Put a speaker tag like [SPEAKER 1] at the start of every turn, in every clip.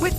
[SPEAKER 1] With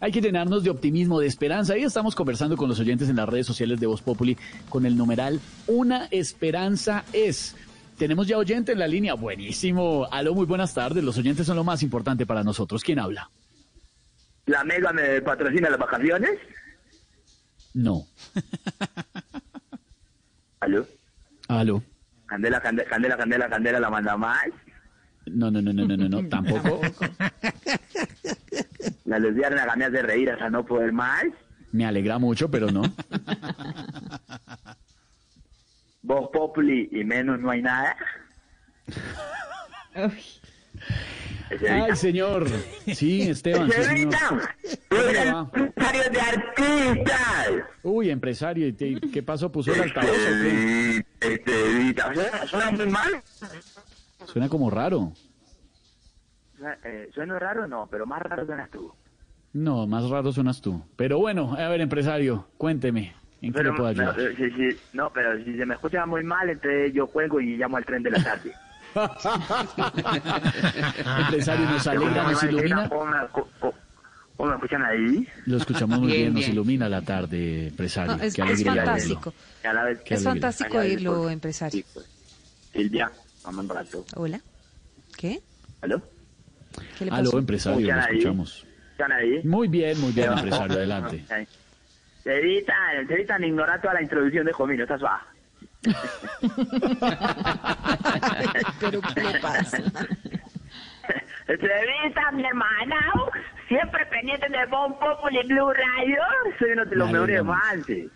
[SPEAKER 2] Hay que llenarnos de optimismo, de esperanza. Y estamos conversando con los oyentes en las redes sociales de Voz Populi con el numeral Una Esperanza es. Tenemos ya oyente en la línea. Buenísimo. Aló, muy buenas tardes. Los oyentes son lo más importante para nosotros. ¿Quién habla?
[SPEAKER 3] ¿La Mega me patrocina las vacaciones?
[SPEAKER 2] No.
[SPEAKER 3] ¿Aló?
[SPEAKER 2] Aló.
[SPEAKER 3] Candela, candela, candela, candela, candela, la manda más.
[SPEAKER 2] No, no, no, no, no, no, no. Tampoco.
[SPEAKER 3] La lesbiana ganas de reír hasta no poder más.
[SPEAKER 2] Me alegra mucho, pero no.
[SPEAKER 3] Vos Populi y menos no hay nada. Ese
[SPEAKER 2] Ay, señor. Sí, Esteban. sí, señor.
[SPEAKER 3] ¡Señorita! ¡Tú eres el empresario de artistas!
[SPEAKER 2] Uy, empresario. ¿y te- ¿Qué pasó? ¿Puso el altavoz? o
[SPEAKER 4] Eh.
[SPEAKER 2] qué?
[SPEAKER 3] Estevita, Estevita. Este, ¿Suena, suena muy mal?
[SPEAKER 2] Suena como raro.
[SPEAKER 3] Eh, ¿Suena raro? No, pero más raro suenas tú.
[SPEAKER 2] No, más raro suenas tú. Pero bueno, a ver, empresario, cuénteme. ¿En qué le puedo ayudar?
[SPEAKER 3] pero, sí, sí, no, pero si se me escucha muy mal, entonces yo juego y llamo al tren de la tarde.
[SPEAKER 2] empresario, nos alegra, nos ilumina.
[SPEAKER 3] ¿Cómo me, co- cómo me escuchan ahí?
[SPEAKER 2] Lo escuchamos muy bien,
[SPEAKER 4] Bien,
[SPEAKER 2] nos
[SPEAKER 4] bien.
[SPEAKER 2] ilumina la tarde, empresario.
[SPEAKER 4] No, es,
[SPEAKER 2] Qué
[SPEAKER 4] es
[SPEAKER 2] alegría verlo.
[SPEAKER 4] fantástico.
[SPEAKER 3] Y a la vez que
[SPEAKER 4] Es
[SPEAKER 2] alegría.
[SPEAKER 4] fantástico
[SPEAKER 3] Ay, ay,
[SPEAKER 4] oírlo,
[SPEAKER 3] disculpe.
[SPEAKER 4] empresario.
[SPEAKER 3] Sí, pues. Silvia, vamos un rato.
[SPEAKER 4] Hola. ¿Qué?
[SPEAKER 3] ¿Aló?
[SPEAKER 4] ¿Qué le
[SPEAKER 2] Aló,
[SPEAKER 4] pasó?
[SPEAKER 2] empresario, lo
[SPEAKER 3] Escuchan ahí.
[SPEAKER 2] escuchamos.
[SPEAKER 3] ¿Están ahí?
[SPEAKER 2] Muy bien, muy bien, empresario, adelante.
[SPEAKER 3] Ay. Se evitan, se evitan ignorar toda la introducción de Jomino, estás baja.
[SPEAKER 4] Pero ¿qué le pasa?
[SPEAKER 3] Entrevista, mi hermana, siempre pendiente de Bon Populi Blue Radio. Soy uno de los
[SPEAKER 2] Me
[SPEAKER 3] mejores
[SPEAKER 2] alegra
[SPEAKER 3] amantes.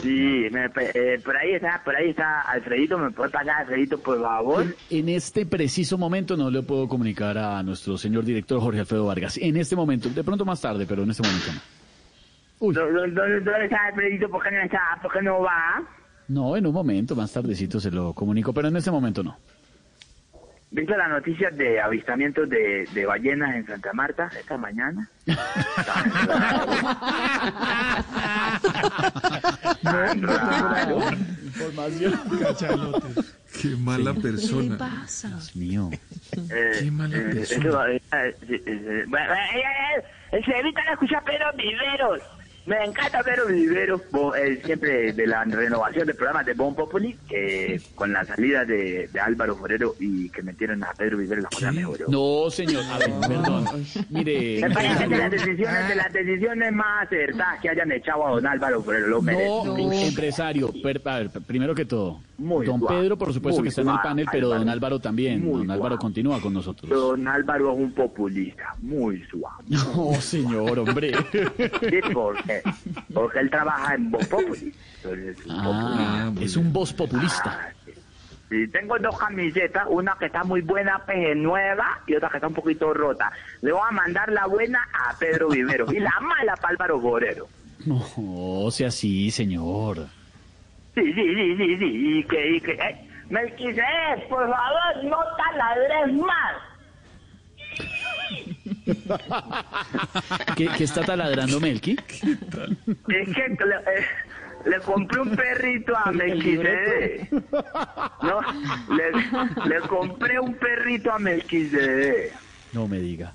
[SPEAKER 3] Sí, me, pe- eh, por ahí está, por ahí está Alfredito, ¿me puede pasar Alfredito, por favor?
[SPEAKER 2] En este preciso momento no le puedo comunicar a nuestro señor director Jorge Alfredo Vargas. En este momento, de pronto más tarde, pero en este momento no. Uy,
[SPEAKER 3] ¿Dó- dó- ¿Dónde, dónde está Alfredito? ¿Por qué no está? ¿Por qué no va?
[SPEAKER 2] no, en un momento, más tardecito se lo comunico, pero en este momento no.
[SPEAKER 3] ¿Viste las noticias de avistamientos de, de ballenas en Santa Marta esta mañana? Tan raro.
[SPEAKER 2] Información.
[SPEAKER 5] Qué mala
[SPEAKER 4] ¿Qué le
[SPEAKER 5] persona.
[SPEAKER 4] pasa?
[SPEAKER 2] Dios mío.
[SPEAKER 3] Eh,
[SPEAKER 5] Qué mala
[SPEAKER 3] eh,
[SPEAKER 5] persona.
[SPEAKER 3] eso, eh, eh, eh, eh, bueno, eh, eh, eh, se evitan escuchar Pedro Viveros. Me encanta Pedro Viveros, bo- eh, siempre de la renovación de programas de Bon Populi, que con la salida de, de Álvaro Forero y que metieron a Pedro Viveros, la cosa mejoró.
[SPEAKER 2] No, señor, a ver, perdón. Mire,
[SPEAKER 3] Me parece que las
[SPEAKER 5] Ah.
[SPEAKER 3] decisiones, de las decisiones más acertadas que hayan echado a don Álvaro Forero lo merece.
[SPEAKER 2] No, em, empresario. per- a ver, primero que todo,
[SPEAKER 3] Muy
[SPEAKER 2] don
[SPEAKER 3] guapo,
[SPEAKER 2] Pedro, por supuesto
[SPEAKER 3] muy
[SPEAKER 2] que está en el
[SPEAKER 3] guapo,
[SPEAKER 2] panel, pero don
[SPEAKER 3] Álvaro.
[SPEAKER 2] Álvaro también.
[SPEAKER 3] Muy
[SPEAKER 2] don Álvaro
[SPEAKER 3] guapo.
[SPEAKER 2] continúa con nosotros.
[SPEAKER 3] Don Álvaro es un populista, muy suave.
[SPEAKER 2] No, señor, hombre.
[SPEAKER 3] ¿Sí? ¿Por qué? Porque él trabaja en Bon Populi. Entonces, es un populista.
[SPEAKER 2] Ah,
[SPEAKER 5] muy
[SPEAKER 2] es un voz populista.
[SPEAKER 3] Ah, sí. Sí, tengo dos camisetas, una que está muy buena, peje nueva, y otra que está un poquito rota. Le voy a mandar la buena a Pedro Vivero y la mala a Álvaro Borero.
[SPEAKER 2] No, sea así, señor.
[SPEAKER 3] Sí, sí, sí, sí, sí, y que, y que, eh, Melquisedec, por favor, no taladres más.
[SPEAKER 2] ¿Qué, qué está taladrando Melqui?
[SPEAKER 3] Es que le, eh, le compré un perrito a Melquisedec. No, le, le compré un perrito a Melquisedec.
[SPEAKER 2] No me diga.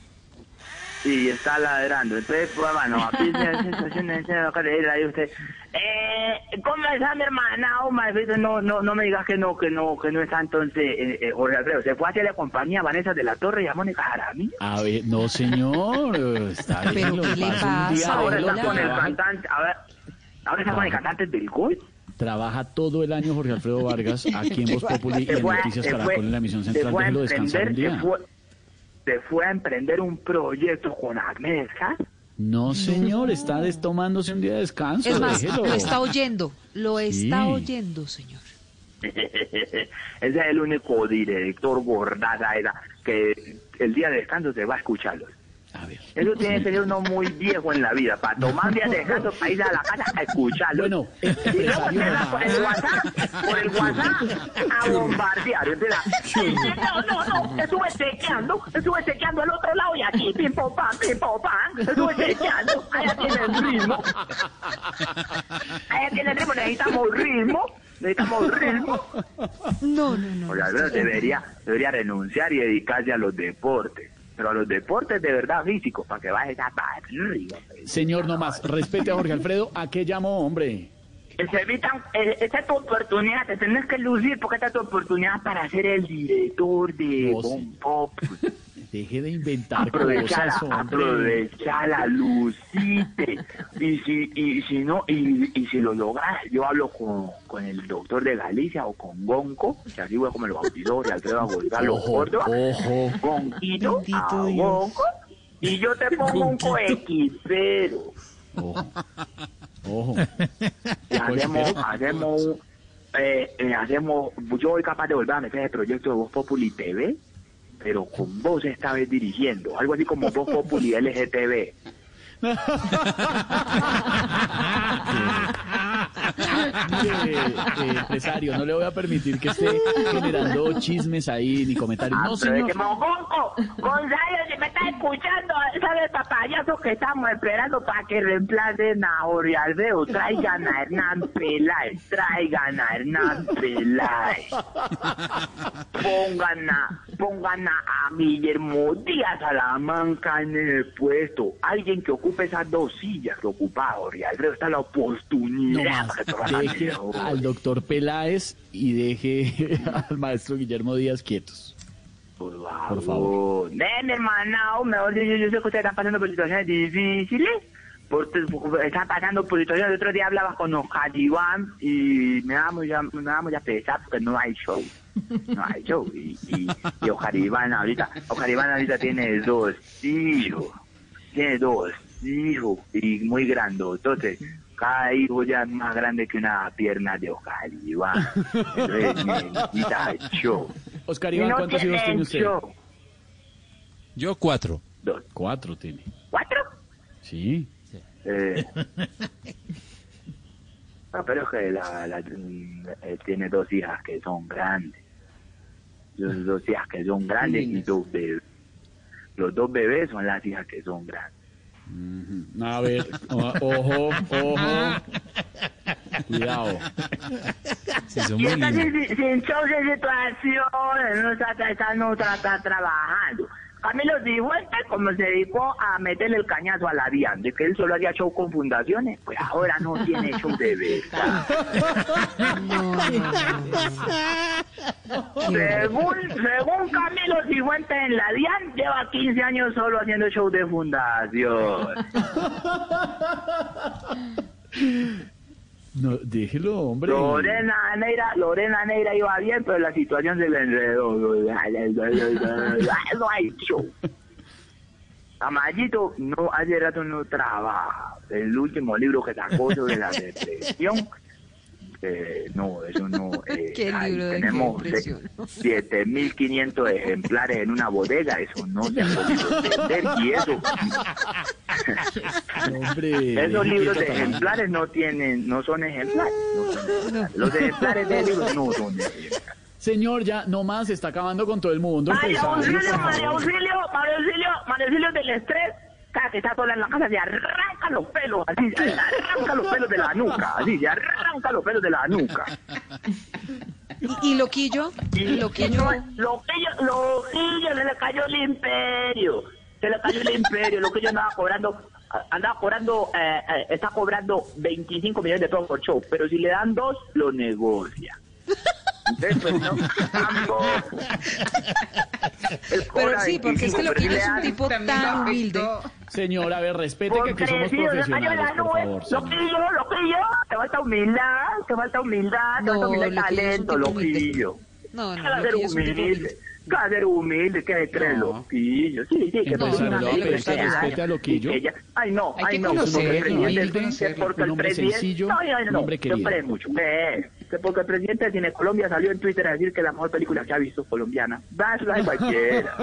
[SPEAKER 3] y está ladrando. Entonces, pues, bueno, aquí se da sensación de de acá de ir ahí usted. Eh, ¿cómo está mi hermana? Oh, my baby, no, no, no me digas que no, que no, que no está entonces eh, eh, Jorge Alfredo. Se fue a la compañía Vanessa de la Torre y a Mónica Jaramillo.
[SPEAKER 2] A ver, no, señor. Está bien,
[SPEAKER 4] Pero,
[SPEAKER 2] lo
[SPEAKER 4] ¿qué le
[SPEAKER 2] pasa un día,
[SPEAKER 4] pasa,
[SPEAKER 3] Ahora
[SPEAKER 2] lo
[SPEAKER 3] está con el
[SPEAKER 2] trabaja,
[SPEAKER 3] cantante, a ver, ahora está con el cantante del gol.
[SPEAKER 2] trabaja todo el año Jorge Alfredo Vargas aquí en Voz Populi y
[SPEAKER 3] Se
[SPEAKER 2] en
[SPEAKER 3] fue, a-
[SPEAKER 2] Noticias
[SPEAKER 3] se
[SPEAKER 2] Caracol
[SPEAKER 3] fue-
[SPEAKER 2] en la emisión
[SPEAKER 3] se
[SPEAKER 2] central.
[SPEAKER 3] fue a
[SPEAKER 2] Déjelo descansar
[SPEAKER 3] emprender,
[SPEAKER 2] un
[SPEAKER 3] se
[SPEAKER 2] día.
[SPEAKER 3] fue, se fue a emprender un proyecto con Agnesca.
[SPEAKER 2] No, señor, está des- tomándose un día de descanso.
[SPEAKER 4] Es más,
[SPEAKER 2] déjelo.
[SPEAKER 4] lo está oyendo. Lo está
[SPEAKER 2] Sí.
[SPEAKER 4] oyendo, señor.
[SPEAKER 3] Ese es el único director gordada era que el día de descanso se va a escucharlos.
[SPEAKER 2] A ver.
[SPEAKER 4] Eso tiene que ser uno muy viejo en la vida, para tomar días de descanso, para ir a la casa a escucharlo.
[SPEAKER 2] Bueno,
[SPEAKER 4] y luego
[SPEAKER 2] empresario
[SPEAKER 4] empieza
[SPEAKER 2] nomás.
[SPEAKER 4] por el WhatsApp, por el WhatsApp a bombardear. Empieza, "Eh, no, no, no, estuve chequeando, estuve chequeando al otro lado y aquí, pim, pom, pam, pim, pom, pam, estuve chequeando, allá tiene el ritmo. Allá tiene el ritmo, necesitamos ritmo, necesitamos ritmo.
[SPEAKER 6] No, no, no.
[SPEAKER 4] O sea, pero debería, debería renunciar y dedicarse a los deportes. Pero a los deportes de verdad físicos, para que baje esa barriga. pues.
[SPEAKER 2] Señor, nomás, respete a Jorge Alfredo. ¿A qué llamó, hombre?
[SPEAKER 4] Se evitan, eh, esta es tu oportunidad, te tienes que lucir porque esta es tu oportunidad para ser el director de
[SPEAKER 2] Oh, sí.
[SPEAKER 4] Bon Pop. pues.
[SPEAKER 2] Deje de inventar
[SPEAKER 4] Aprovechala,
[SPEAKER 2] cosas, hombre.
[SPEAKER 4] aprovechala, lucite. Y si, y si no, y, y si lo logras, yo hablo con, con el doctor de Galicia o con Gonco, que así fue como lo bautizó Jorge Alfredo Agolgalo
[SPEAKER 2] Ojo,
[SPEAKER 4] Córdoba.
[SPEAKER 2] ojo.
[SPEAKER 4] Gonquito,
[SPEAKER 6] Bendito
[SPEAKER 4] a
[SPEAKER 6] Dios.
[SPEAKER 4] Gonco, y yo te pongo un coequipero.
[SPEAKER 2] Ojo. Ojo.
[SPEAKER 4] Y hacemos, hacemos, un- eh, eh, hacemos, yo soy capaz de volver a meter el proyecto de Voz Populi TV, pero con vos esta vez dirigiendo, algo así como Voz Populi LGTB.
[SPEAKER 2] Mire, eh, empresario, no le voy a permitir que esté generando chismes ahí ni comentarios.
[SPEAKER 4] Ah,
[SPEAKER 2] No,
[SPEAKER 4] pero es que
[SPEAKER 2] señor.
[SPEAKER 4] me- Gonco, Gonzalo, si me está escuchando, sabe papayazo que estamos esperando para que reemplacen a Orialveo, traigan a Hernán Peláez, traigan a Hernán Peláez. Pongan a, pongan a, a Guillermo Díaz Salamanca en el puesto. Alguien que ocupe esas dos sillas que ocupaba Orialveo, está la
[SPEAKER 2] No
[SPEAKER 4] oportunidad
[SPEAKER 2] más,
[SPEAKER 4] para que todas las
[SPEAKER 2] deje
[SPEAKER 4] mejores.
[SPEAKER 2] al doctor Peláez y deje al maestro Guillermo Díaz quietos.
[SPEAKER 4] Por favor.
[SPEAKER 2] Por favor.
[SPEAKER 4] Ven, hermana, mejor yo, yo, yo sé que ustedes están pasando por situaciones difíciles. Porque están pasando por situaciones. El otro día hablaba con Oscar Iván y me da mucha, me da mucha pesar porque no hay show. No hay show. Y, y, y Oscar Iván ahorita, Oscar Iván ahorita tiene dos hijos. Tiene dos hijos y muy grandes. Entonces, cada hijo ya es más grande que una pierna de Oscar Iván. Entonces, necesita show.
[SPEAKER 2] Oscar
[SPEAKER 4] Y
[SPEAKER 2] Iván,
[SPEAKER 4] no
[SPEAKER 2] ¿cuántos hijos tiene
[SPEAKER 4] tienen
[SPEAKER 2] usted?
[SPEAKER 4] show.
[SPEAKER 7] Yo cuatro.
[SPEAKER 4] Dos,
[SPEAKER 2] Cuatro tiene.
[SPEAKER 4] cuatro.
[SPEAKER 2] Sí.
[SPEAKER 4] Eh. No, pero es que la, la- eh, tiene dos hijas que son grandes.
[SPEAKER 2] Ah.
[SPEAKER 4] Dos, dos hijas que son grandes y dos bebés. Los dos bebés son las hijas que son grandes.
[SPEAKER 2] A ver, o- ojo, ojo. Cuidado.
[SPEAKER 7] Sí, son
[SPEAKER 4] Y
[SPEAKER 7] muy
[SPEAKER 4] está
[SPEAKER 7] lindos.
[SPEAKER 4] sin, sin show, sin situaciones, no está, está- está- no está, está trabajando. Camilo di vuelta como se dedicó a meterle el cañazo a la vianda, que él solo había show con fundaciones, pues ahora no tiene show de verdad. Según, según Camilo Cifuentes en la DIAN, lleva 15 años solo haciendo show de fundación.
[SPEAKER 2] No, déjelo, hombre.
[SPEAKER 4] Lorena Neira, Lorena Neira iba bien, pero la situación se le enredó. No hay show. Amayito no, hace rato no trabaja. El último libro que sacó sobre la depresión. eh, no, eso no. eh,
[SPEAKER 6] ¿Qué
[SPEAKER 4] ahí
[SPEAKER 6] libro de qué
[SPEAKER 4] tenemos
[SPEAKER 6] depresión?
[SPEAKER 4] 7.500 ejemplares en una bodega. Eso no se ha podido vender. Y eso,
[SPEAKER 2] Hombre.
[SPEAKER 4] esos libros de
[SPEAKER 2] deje quieto,
[SPEAKER 4] ejemplares no tienen, no son ejemplares. no son ejemplares. Los ejemplares de libros no son ejemplares.
[SPEAKER 2] Señor, ya nomás se está acabando con todo el mundo.
[SPEAKER 4] María
[SPEAKER 2] empresario,
[SPEAKER 4] Auxilio,
[SPEAKER 2] por
[SPEAKER 4] María
[SPEAKER 2] favor.
[SPEAKER 4] Auxilio, María Auxilio, María Auxilio del estrés. Cada que está sola en la casa se arranca los pelos, así, se arranca los pelos de la nuca, así, se arranca los pelos de la nuca.
[SPEAKER 6] ¿Y, y Loquillo? ¿Y Loquillo?
[SPEAKER 4] Lo que yo, lo que yo se le cayó el imperio. Se le cayó el imperio. Lo que yo andaba cobrando, a- andaba cobrando, eh, eh, está cobrando 25 millones de pesos por show. Pero si le dan dos, lo negocia. Entonces, pues, no, tampoco. Él
[SPEAKER 6] Pero
[SPEAKER 4] cobra
[SPEAKER 6] sí, porque es
[SPEAKER 4] 25,
[SPEAKER 6] que
[SPEAKER 4] pero si
[SPEAKER 6] Loquillo
[SPEAKER 4] le
[SPEAKER 6] es un
[SPEAKER 4] dan
[SPEAKER 6] tipo tan humilde.
[SPEAKER 2] Señor, a ver, respete que aquí somos
[SPEAKER 4] Postrecido, se cayó
[SPEAKER 2] profesionales,
[SPEAKER 4] en la
[SPEAKER 2] por
[SPEAKER 4] nube.
[SPEAKER 2] favor.
[SPEAKER 4] Lo
[SPEAKER 2] señor.
[SPEAKER 4] que yo, lo que yo, te falta humildad, te falta humildad, te
[SPEAKER 6] No,
[SPEAKER 4] falta humildad y
[SPEAKER 6] lo que yo es un
[SPEAKER 4] talento,
[SPEAKER 6] tipo
[SPEAKER 4] lo
[SPEAKER 6] humilde.
[SPEAKER 4] que yo.
[SPEAKER 6] No, no,
[SPEAKER 4] Cada ser
[SPEAKER 6] Loquillo es un tipo
[SPEAKER 4] humilde,
[SPEAKER 6] humilde.
[SPEAKER 4] cada ser humilde, que se cree
[SPEAKER 7] No.
[SPEAKER 4] loquillo. Sí, sí, que
[SPEAKER 6] No,
[SPEAKER 4] pues
[SPEAKER 6] no,
[SPEAKER 4] una
[SPEAKER 6] no,
[SPEAKER 4] gente
[SPEAKER 6] pero que
[SPEAKER 4] sea,
[SPEAKER 2] respete a loquillo.
[SPEAKER 4] y que ella- Ay, no,
[SPEAKER 6] Hay que
[SPEAKER 4] ay, no,
[SPEAKER 6] conocerlo,
[SPEAKER 4] porque el
[SPEAKER 6] hay que
[SPEAKER 4] presidente-
[SPEAKER 6] conocerlo.
[SPEAKER 4] porque
[SPEAKER 2] Un
[SPEAKER 4] el
[SPEAKER 2] hombre
[SPEAKER 4] presidente-
[SPEAKER 2] sencillo,
[SPEAKER 4] Ay, ay, no,
[SPEAKER 2] un hombre
[SPEAKER 4] yo
[SPEAKER 2] querido.
[SPEAKER 4] creo mucho. Eh,
[SPEAKER 3] que porque el presidente de Colombia salió en Twitter a decir que la mejor película que ha visto es colombiana. Va, eso lo hace cualquiera.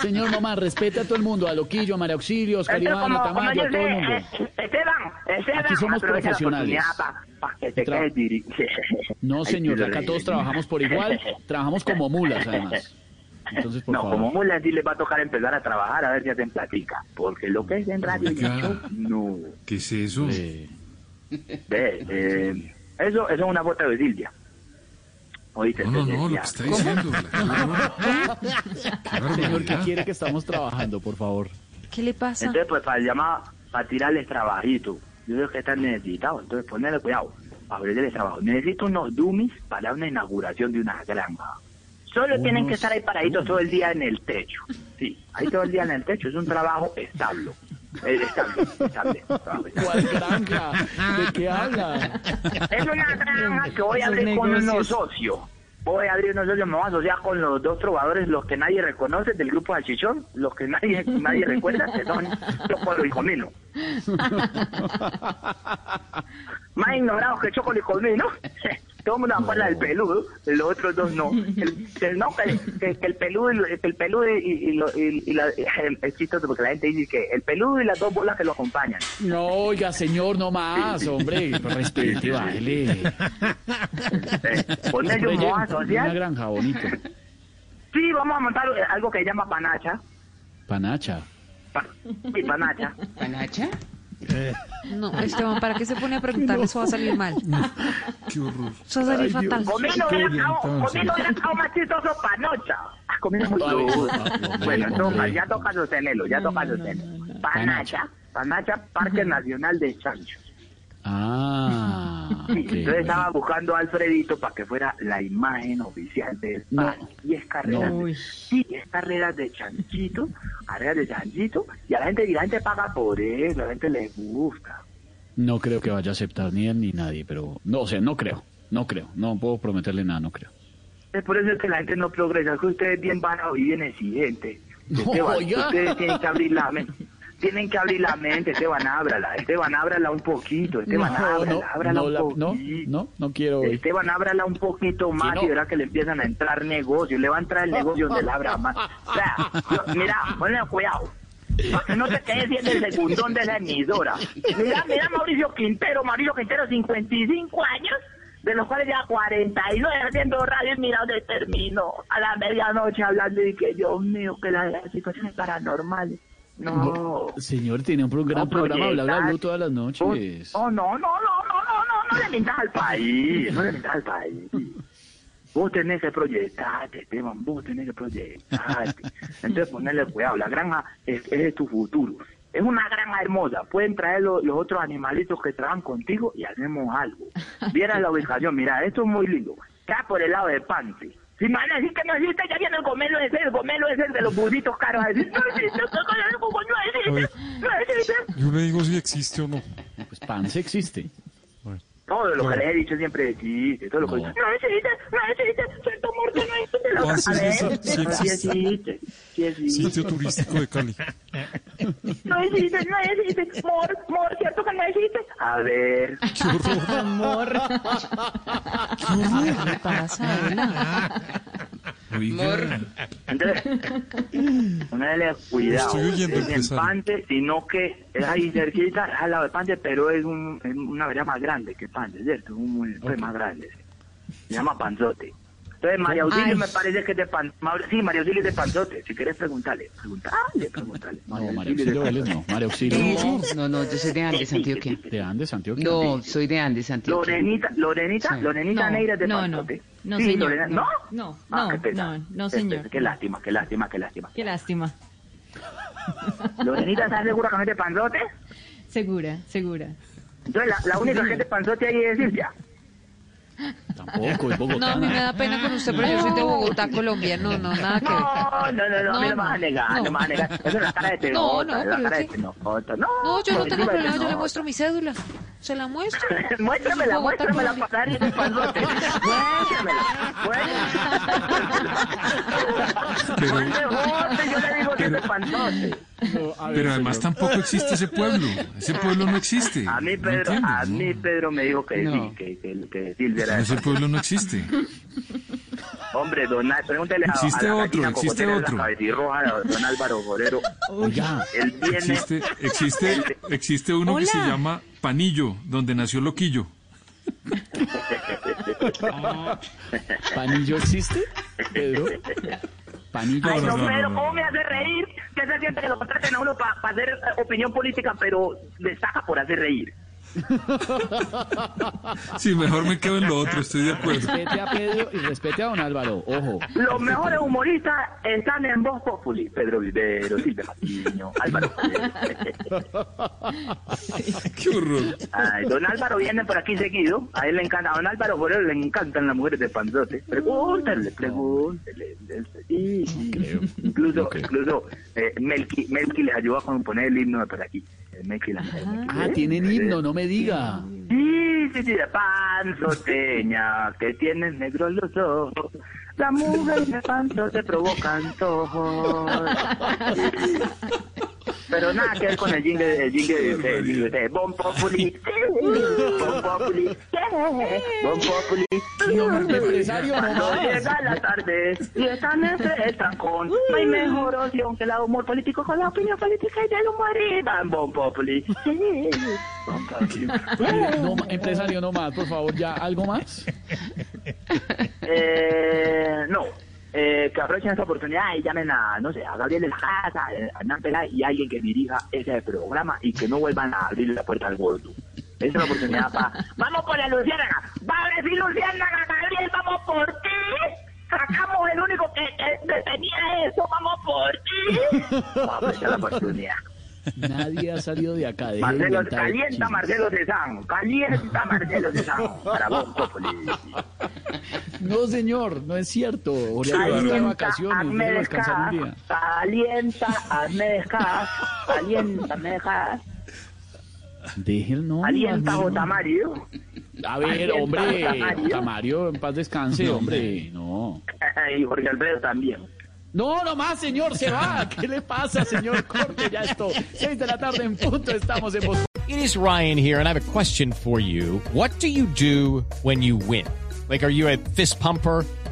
[SPEAKER 2] Señor mamá, respeta a todo el mundo, a Loquillo, a María Auxilio, a Oscar
[SPEAKER 3] Esto es
[SPEAKER 2] Iván, a Tamayo, a
[SPEAKER 3] yo
[SPEAKER 2] todo el mundo.
[SPEAKER 3] sé, eh, Esteban, Esteban,
[SPEAKER 2] Aquí somos
[SPEAKER 3] aprovecha la
[SPEAKER 2] profesionales.
[SPEAKER 3] oportunidad pa- pa que te
[SPEAKER 2] Tra-
[SPEAKER 3] quedes diri-
[SPEAKER 2] No,
[SPEAKER 3] Ay,
[SPEAKER 2] señor,
[SPEAKER 3] sí, lo
[SPEAKER 2] acá
[SPEAKER 3] leí.
[SPEAKER 2] todos trabajamos por igual, trabajamos como mulas además. Entonces, por
[SPEAKER 3] no,
[SPEAKER 2] favor.
[SPEAKER 3] como mulas sí les va a tocar empezar a trabajar a ver si hacen platica. Porque lo que es en radio y en
[SPEAKER 8] Oiga.
[SPEAKER 3] show, no.
[SPEAKER 8] ¿Qué es eso?
[SPEAKER 2] Eh,
[SPEAKER 3] Ve, eh, eso, eso es una bota de Silvia. Oíste,
[SPEAKER 8] No, no, no, lo
[SPEAKER 3] Silvia.
[SPEAKER 8] que está diciendo. la- Qué
[SPEAKER 2] señor, ¿qué
[SPEAKER 3] ¿Ah?
[SPEAKER 8] barbaridad.
[SPEAKER 2] quiere que estamos trabajando, por favor?
[SPEAKER 6] ¿Qué le pasa?
[SPEAKER 3] Entonces, pues para llamar, para tirarles trabajito. Yo veo que están necesitados, entonces ponerle cuidado, abrirles trabajo. Necesito unos dummies para una inauguración de una granja. Solo tienen que estar ahí paraditos todo el día en el techo. Sí, ahí todo el día en el techo. Es un trabajo establo. Eh, estable, estable, trabajo estable.
[SPEAKER 2] ¿Cuál granja? ¿De qué
[SPEAKER 3] Ah.
[SPEAKER 2] habla?
[SPEAKER 3] Es una granja que voy a
[SPEAKER 6] Esos
[SPEAKER 3] abrir con unos
[SPEAKER 6] negocios.
[SPEAKER 3] socios. Voy a abrir unos socios, me voy a asociar con los dos trovadores, los que nadie reconoce del grupo Salchichón, los que nadie nadie recuerda, que son Chocolo y Comino. Más ignorados que Chocolo y Comino. Todo el mundo acuerda del peludo, los otros dos no. El, que no, que, que- que el peludo, y lo- que el peludo y, y lo- y- y la- es chistoso porque la gente dice que el peludo y las dos bolas que lo acompañan.
[SPEAKER 2] No, oiga, señor, no más, hombre. Respete, vale.
[SPEAKER 3] Eh, con ellos me voy a
[SPEAKER 2] Una
[SPEAKER 3] asociar.
[SPEAKER 2] granja bonita.
[SPEAKER 3] Sí, vamos a montar eh, algo que se llama panacha.
[SPEAKER 2] Panacha.
[SPEAKER 3] Pa- sí, panacha.
[SPEAKER 9] ¿Panacha?
[SPEAKER 6] No, Esteban, ¿para qué se pone a preguntarle? Eso va a salir mal.
[SPEAKER 8] Qué horror.
[SPEAKER 6] Eso va a salir fatal.
[SPEAKER 3] Comino
[SPEAKER 8] qué
[SPEAKER 3] era
[SPEAKER 8] bien,
[SPEAKER 3] cao-
[SPEAKER 8] entonces.
[SPEAKER 3] Comino era cao más chistoso panocha. Ah, Comino muy duro. Bueno, toma, ya toca sostenerlo, ya toca sostenerlo. Panacha, Panacha, Parque Nacional de Chancho.
[SPEAKER 2] Ah. ok.
[SPEAKER 3] Entonces estaba buscando a Alfredito para que fuera la imagen oficial del
[SPEAKER 2] No.
[SPEAKER 3] parque. Y es carreras,
[SPEAKER 2] No.
[SPEAKER 3] de, sí, es carreras de chanchito, carreras de chanchito, y a la gente, y la gente paga por eso, a la gente le gusta.
[SPEAKER 2] No creo que vaya a aceptar ni él ni nadie, pero no, o sea, no creo, no creo, no puedo prometerle nada, no creo.
[SPEAKER 3] Es por eso que la gente no progresa, es que ustedes bien varados y bien exigentes.
[SPEAKER 2] No,
[SPEAKER 3] Esteban,
[SPEAKER 2] oiga.
[SPEAKER 3] ustedes tienen que abrir la mente. Tienen que abrir la mente, Esteban, ábrala. Esteban, ábrala un poquito. Esteban, ábrala, ábrala
[SPEAKER 2] no,
[SPEAKER 3] un
[SPEAKER 2] la- no,
[SPEAKER 3] poquito.
[SPEAKER 2] no, no quiero hoy.
[SPEAKER 3] Este, Esteban, ábrala un poquito más
[SPEAKER 2] no.
[SPEAKER 3] y verá que le empiezan a entrar negocios. Le va a entrar el negocio donde le abra más. O sea, yo- mira, ponle cuidado. Para que no te quedes siendo el segundón de la emisora. Mira, mira, Mauricio Quintero. Mauricio Quintero, 55 años, de los cuales ya 42 haciendo radio y mira dónde terminó. A la medianoche hablando y que, Dios mío, que las situaciones paranormales. No.
[SPEAKER 2] Señor, tiene un programa,
[SPEAKER 3] No,
[SPEAKER 2] programa bla, bla,
[SPEAKER 3] proyectas.
[SPEAKER 2] bla, todas las noches. Pues,
[SPEAKER 3] Oh, no, no, no, no, no, no, no le mintas al país, no le mintas al país. Vos tenés que proyectarte, Esteban, vos tenés que proyectarte. Entonces ponerle cuidado, la granja es, es de tu futuro. Es una granja hermosa, pueden traer lo- los otros animalitos que trabajan contigo y hacemos algo. Viera la ubicación, mira, esto es muy lindo. Está por el lado de Pante. Si me van a decir que no existe, ya viene el gomelo ese, el gomelo ese de los buditos caros. a decir, no existe, no existe, no existe, no existe.
[SPEAKER 4] Yo le digo si existe o no.
[SPEAKER 2] Pues Pance existe.
[SPEAKER 3] Todo lo que les he dicho siempre existe, todo lo que...
[SPEAKER 2] No.
[SPEAKER 3] No existe, no existe, Santo Muerto no existe. Lo...
[SPEAKER 4] Ah, sí, sí,
[SPEAKER 3] A ver,
[SPEAKER 4] sí, sí
[SPEAKER 3] sí existe, sí existe,
[SPEAKER 4] Sitio turístico de Cali.
[SPEAKER 3] no existe, no existe, mor, mor, ¿cierto que no existe? A ver,
[SPEAKER 6] ¿Qué le pasa, Adela?
[SPEAKER 8] Oiga,
[SPEAKER 3] entonces, ponele cuidado,
[SPEAKER 4] Estoy oyendo,
[SPEAKER 3] es en
[SPEAKER 4] empresario.
[SPEAKER 3] Pante, sino que es ahí cerquita, es al lado de Pante, pero es, un, es una vereda más grande que Pante, ¿cierto? Un municipio más grande, se llama Panzote. Entonces, María Auxilio me parece que es de Pan... Maur- Sí, María Auxilio es de Panzote. Si quieres, preguntarle. Preguntarle, preguntarle.
[SPEAKER 2] No, María Auxilio Vélez no, María Auxilio
[SPEAKER 9] No, no, no, yo soy de Andes, Antioquia.
[SPEAKER 2] de Andes, Antioquia.
[SPEAKER 9] No, soy de Andes, Antioquia.
[SPEAKER 3] Lorenita, Lorenita,
[SPEAKER 9] Sí.
[SPEAKER 3] Lorenita
[SPEAKER 6] No,
[SPEAKER 3] Neira es de
[SPEAKER 6] no,
[SPEAKER 3] Panzote.
[SPEAKER 6] no. No,
[SPEAKER 3] Sí,
[SPEAKER 6] señor,
[SPEAKER 3] Lorena-
[SPEAKER 6] no,
[SPEAKER 3] ¿No?
[SPEAKER 6] no,
[SPEAKER 3] Ah,
[SPEAKER 6] no,
[SPEAKER 3] qué pesar.
[SPEAKER 6] no, no,
[SPEAKER 3] Qué-
[SPEAKER 6] señor.
[SPEAKER 3] Qué lástima, qué lástima, qué lástima.
[SPEAKER 6] Qué lástima.
[SPEAKER 3] Lorenita, ¿estás segura que no es de Panzote?
[SPEAKER 6] Segura, segura.
[SPEAKER 3] Entonces, la, la única gente de Panzote ahí es Silvia.
[SPEAKER 2] Tampoco, es
[SPEAKER 6] No, a mí me
[SPEAKER 2] bogotana.
[SPEAKER 6] da pena con usted, pero yo soy de Bogotá, Colombia. No, no, nada que ver.
[SPEAKER 3] No, no, no, no, a mí no, me vas a negar, no,
[SPEAKER 6] no.
[SPEAKER 3] me vas a negar. Eso es la cara de
[SPEAKER 6] No, no,
[SPEAKER 3] Tenota, es la
[SPEAKER 6] pero
[SPEAKER 3] cara
[SPEAKER 6] es
[SPEAKER 3] de
[SPEAKER 6] que-
[SPEAKER 3] Tenota. No,
[SPEAKER 6] No, yo
[SPEAKER 3] Lorenita
[SPEAKER 6] no tengo
[SPEAKER 3] es de
[SPEAKER 6] problema, yo le
[SPEAKER 3] Tenota.
[SPEAKER 6] muestro mi cédula. ¿Se la muestro?
[SPEAKER 4] muéstramela,
[SPEAKER 6] Bogotá,
[SPEAKER 4] muéstramela,
[SPEAKER 6] Colombia.
[SPEAKER 4] para darle el panzote. Muéstramela,
[SPEAKER 5] Pero-
[SPEAKER 3] Ah,
[SPEAKER 4] muéstramela. Panzote, yo le digo que es el panzote.
[SPEAKER 5] Pero además tampoco existe ese pueblo. Ese pueblo no existe.
[SPEAKER 4] A mí
[SPEAKER 5] ¿No
[SPEAKER 4] Pedro, a
[SPEAKER 5] entiendes?
[SPEAKER 4] mí Pedro me dijo que sí,
[SPEAKER 10] No.
[SPEAKER 4] que, que, que Silvia era
[SPEAKER 5] Ese pueblo no existe.
[SPEAKER 4] Hombre, don Al- pregúntele a,
[SPEAKER 5] Existe
[SPEAKER 4] a la
[SPEAKER 5] otro,
[SPEAKER 4] gallina
[SPEAKER 5] existe
[SPEAKER 4] cocotera,
[SPEAKER 5] otro.
[SPEAKER 4] la cabecirroja, don Álvaro Forero.
[SPEAKER 2] Oiga,
[SPEAKER 4] Él viene,
[SPEAKER 5] Existe, existe, existe uno que se llama Panillo, donde nació Loquillo.
[SPEAKER 2] ¿Panillo existe, Pedro? Panillo.
[SPEAKER 4] Ay,
[SPEAKER 5] Eh,
[SPEAKER 4] no,
[SPEAKER 5] no, no, no,
[SPEAKER 4] Pedro,
[SPEAKER 5] no.
[SPEAKER 4] ¿cómo me hace reír? Que se siente que lo contraten a uno para hacer eh, opinión política, pero le saca por hacer reír.
[SPEAKER 5] Sí, mejor me quedo en lo otro, estoy de acuerdo.
[SPEAKER 2] Respete a Pedro y respete a don Álvaro, ojo.
[SPEAKER 4] Los mejores humoristas están en Voz Populi. Pedro Vivero, Silvia Patiño, Álvaro Forero.
[SPEAKER 5] Qué horror.
[SPEAKER 4] Ay, don Álvaro viene por aquí seguido. A él le encanta, a don Álvaro Forero le encantan las mujeres de Panzote. Pregúntale, pregúntale. Sí, sí. Incluso, incluso eh, Melqui, Melqui les ayudó a componer el himno de por aquí. Eh, Melqui, la mujer de Melqui. ¿Eh?
[SPEAKER 2] Ah, tienen himno, no me diga.
[SPEAKER 4] Sí, sí, sí, de panzoteña, que tienes negros los ojos. La mujer de panzo te provoca antojos. Pero nada que ver con el jingle, el jingle de ustedes, el jingle de ustedes. Bon Populi, sí, Bon Populi, sí, Bon Populi. sí.
[SPEAKER 2] Empresario, no
[SPEAKER 4] Cuando
[SPEAKER 2] más.
[SPEAKER 4] llega la tarde y están están con no hay mejor opción que el humor político con la opinión política y el humor y van Bon Populi. sí, Bon Populi.
[SPEAKER 2] No, ma- empresario, no más, por favor, ya, ¿algo más?
[SPEAKER 4] Eh, no. Eh, que aprovechen esta oportunidad y llamen a, no sé, a Gabriel de la Casa, a Hernán Peláez y a alguien que dirija ese programa y que no vuelvan a abrir la puerta al gordo. Esa es la oportunidad para... ¡Vamos por la Luciérnaga! ¡Va a decir Luciérnaga, Gabriel! ¡Vamos por ti! ¡Sacamos el único que, que- que tenía eso! ¡Vamos por ti! Ah, Aprovechen la oportunidad.
[SPEAKER 2] Nadie ha salido de acá. deje de
[SPEAKER 4] Marcelo,
[SPEAKER 2] inventar
[SPEAKER 4] calienta
[SPEAKER 2] chismes.
[SPEAKER 4] Marcelo Cezán. Calienta Marcelo Cezán. Para vos, Populi.
[SPEAKER 2] No, señor, no es cierto. Oriana está de
[SPEAKER 4] Calienta,
[SPEAKER 2] vacaciones, no
[SPEAKER 4] hazme
[SPEAKER 2] debe descansar un día.
[SPEAKER 4] descansar, calienta, hazme descansar, calienta, me dejas,
[SPEAKER 2] Déjenlo, no.
[SPEAKER 4] calienta,
[SPEAKER 2] no, no.
[SPEAKER 4] Jota Mario.
[SPEAKER 2] A ver,
[SPEAKER 4] Calienta, Jota
[SPEAKER 2] hombre,
[SPEAKER 4] Mario.
[SPEAKER 2] Tamario, en paz descanse, hombre. No.
[SPEAKER 4] Y Jorge Alfredo también.
[SPEAKER 2] No, nomás, señor, se va. ¿Qué le pasa, señor? Corte ya esto. Seis de la tarde en punto, estamos en Voz
[SPEAKER 3] It is Ryan here, and I have a question for you. What do you do when you win? Like, are you a fist pumper?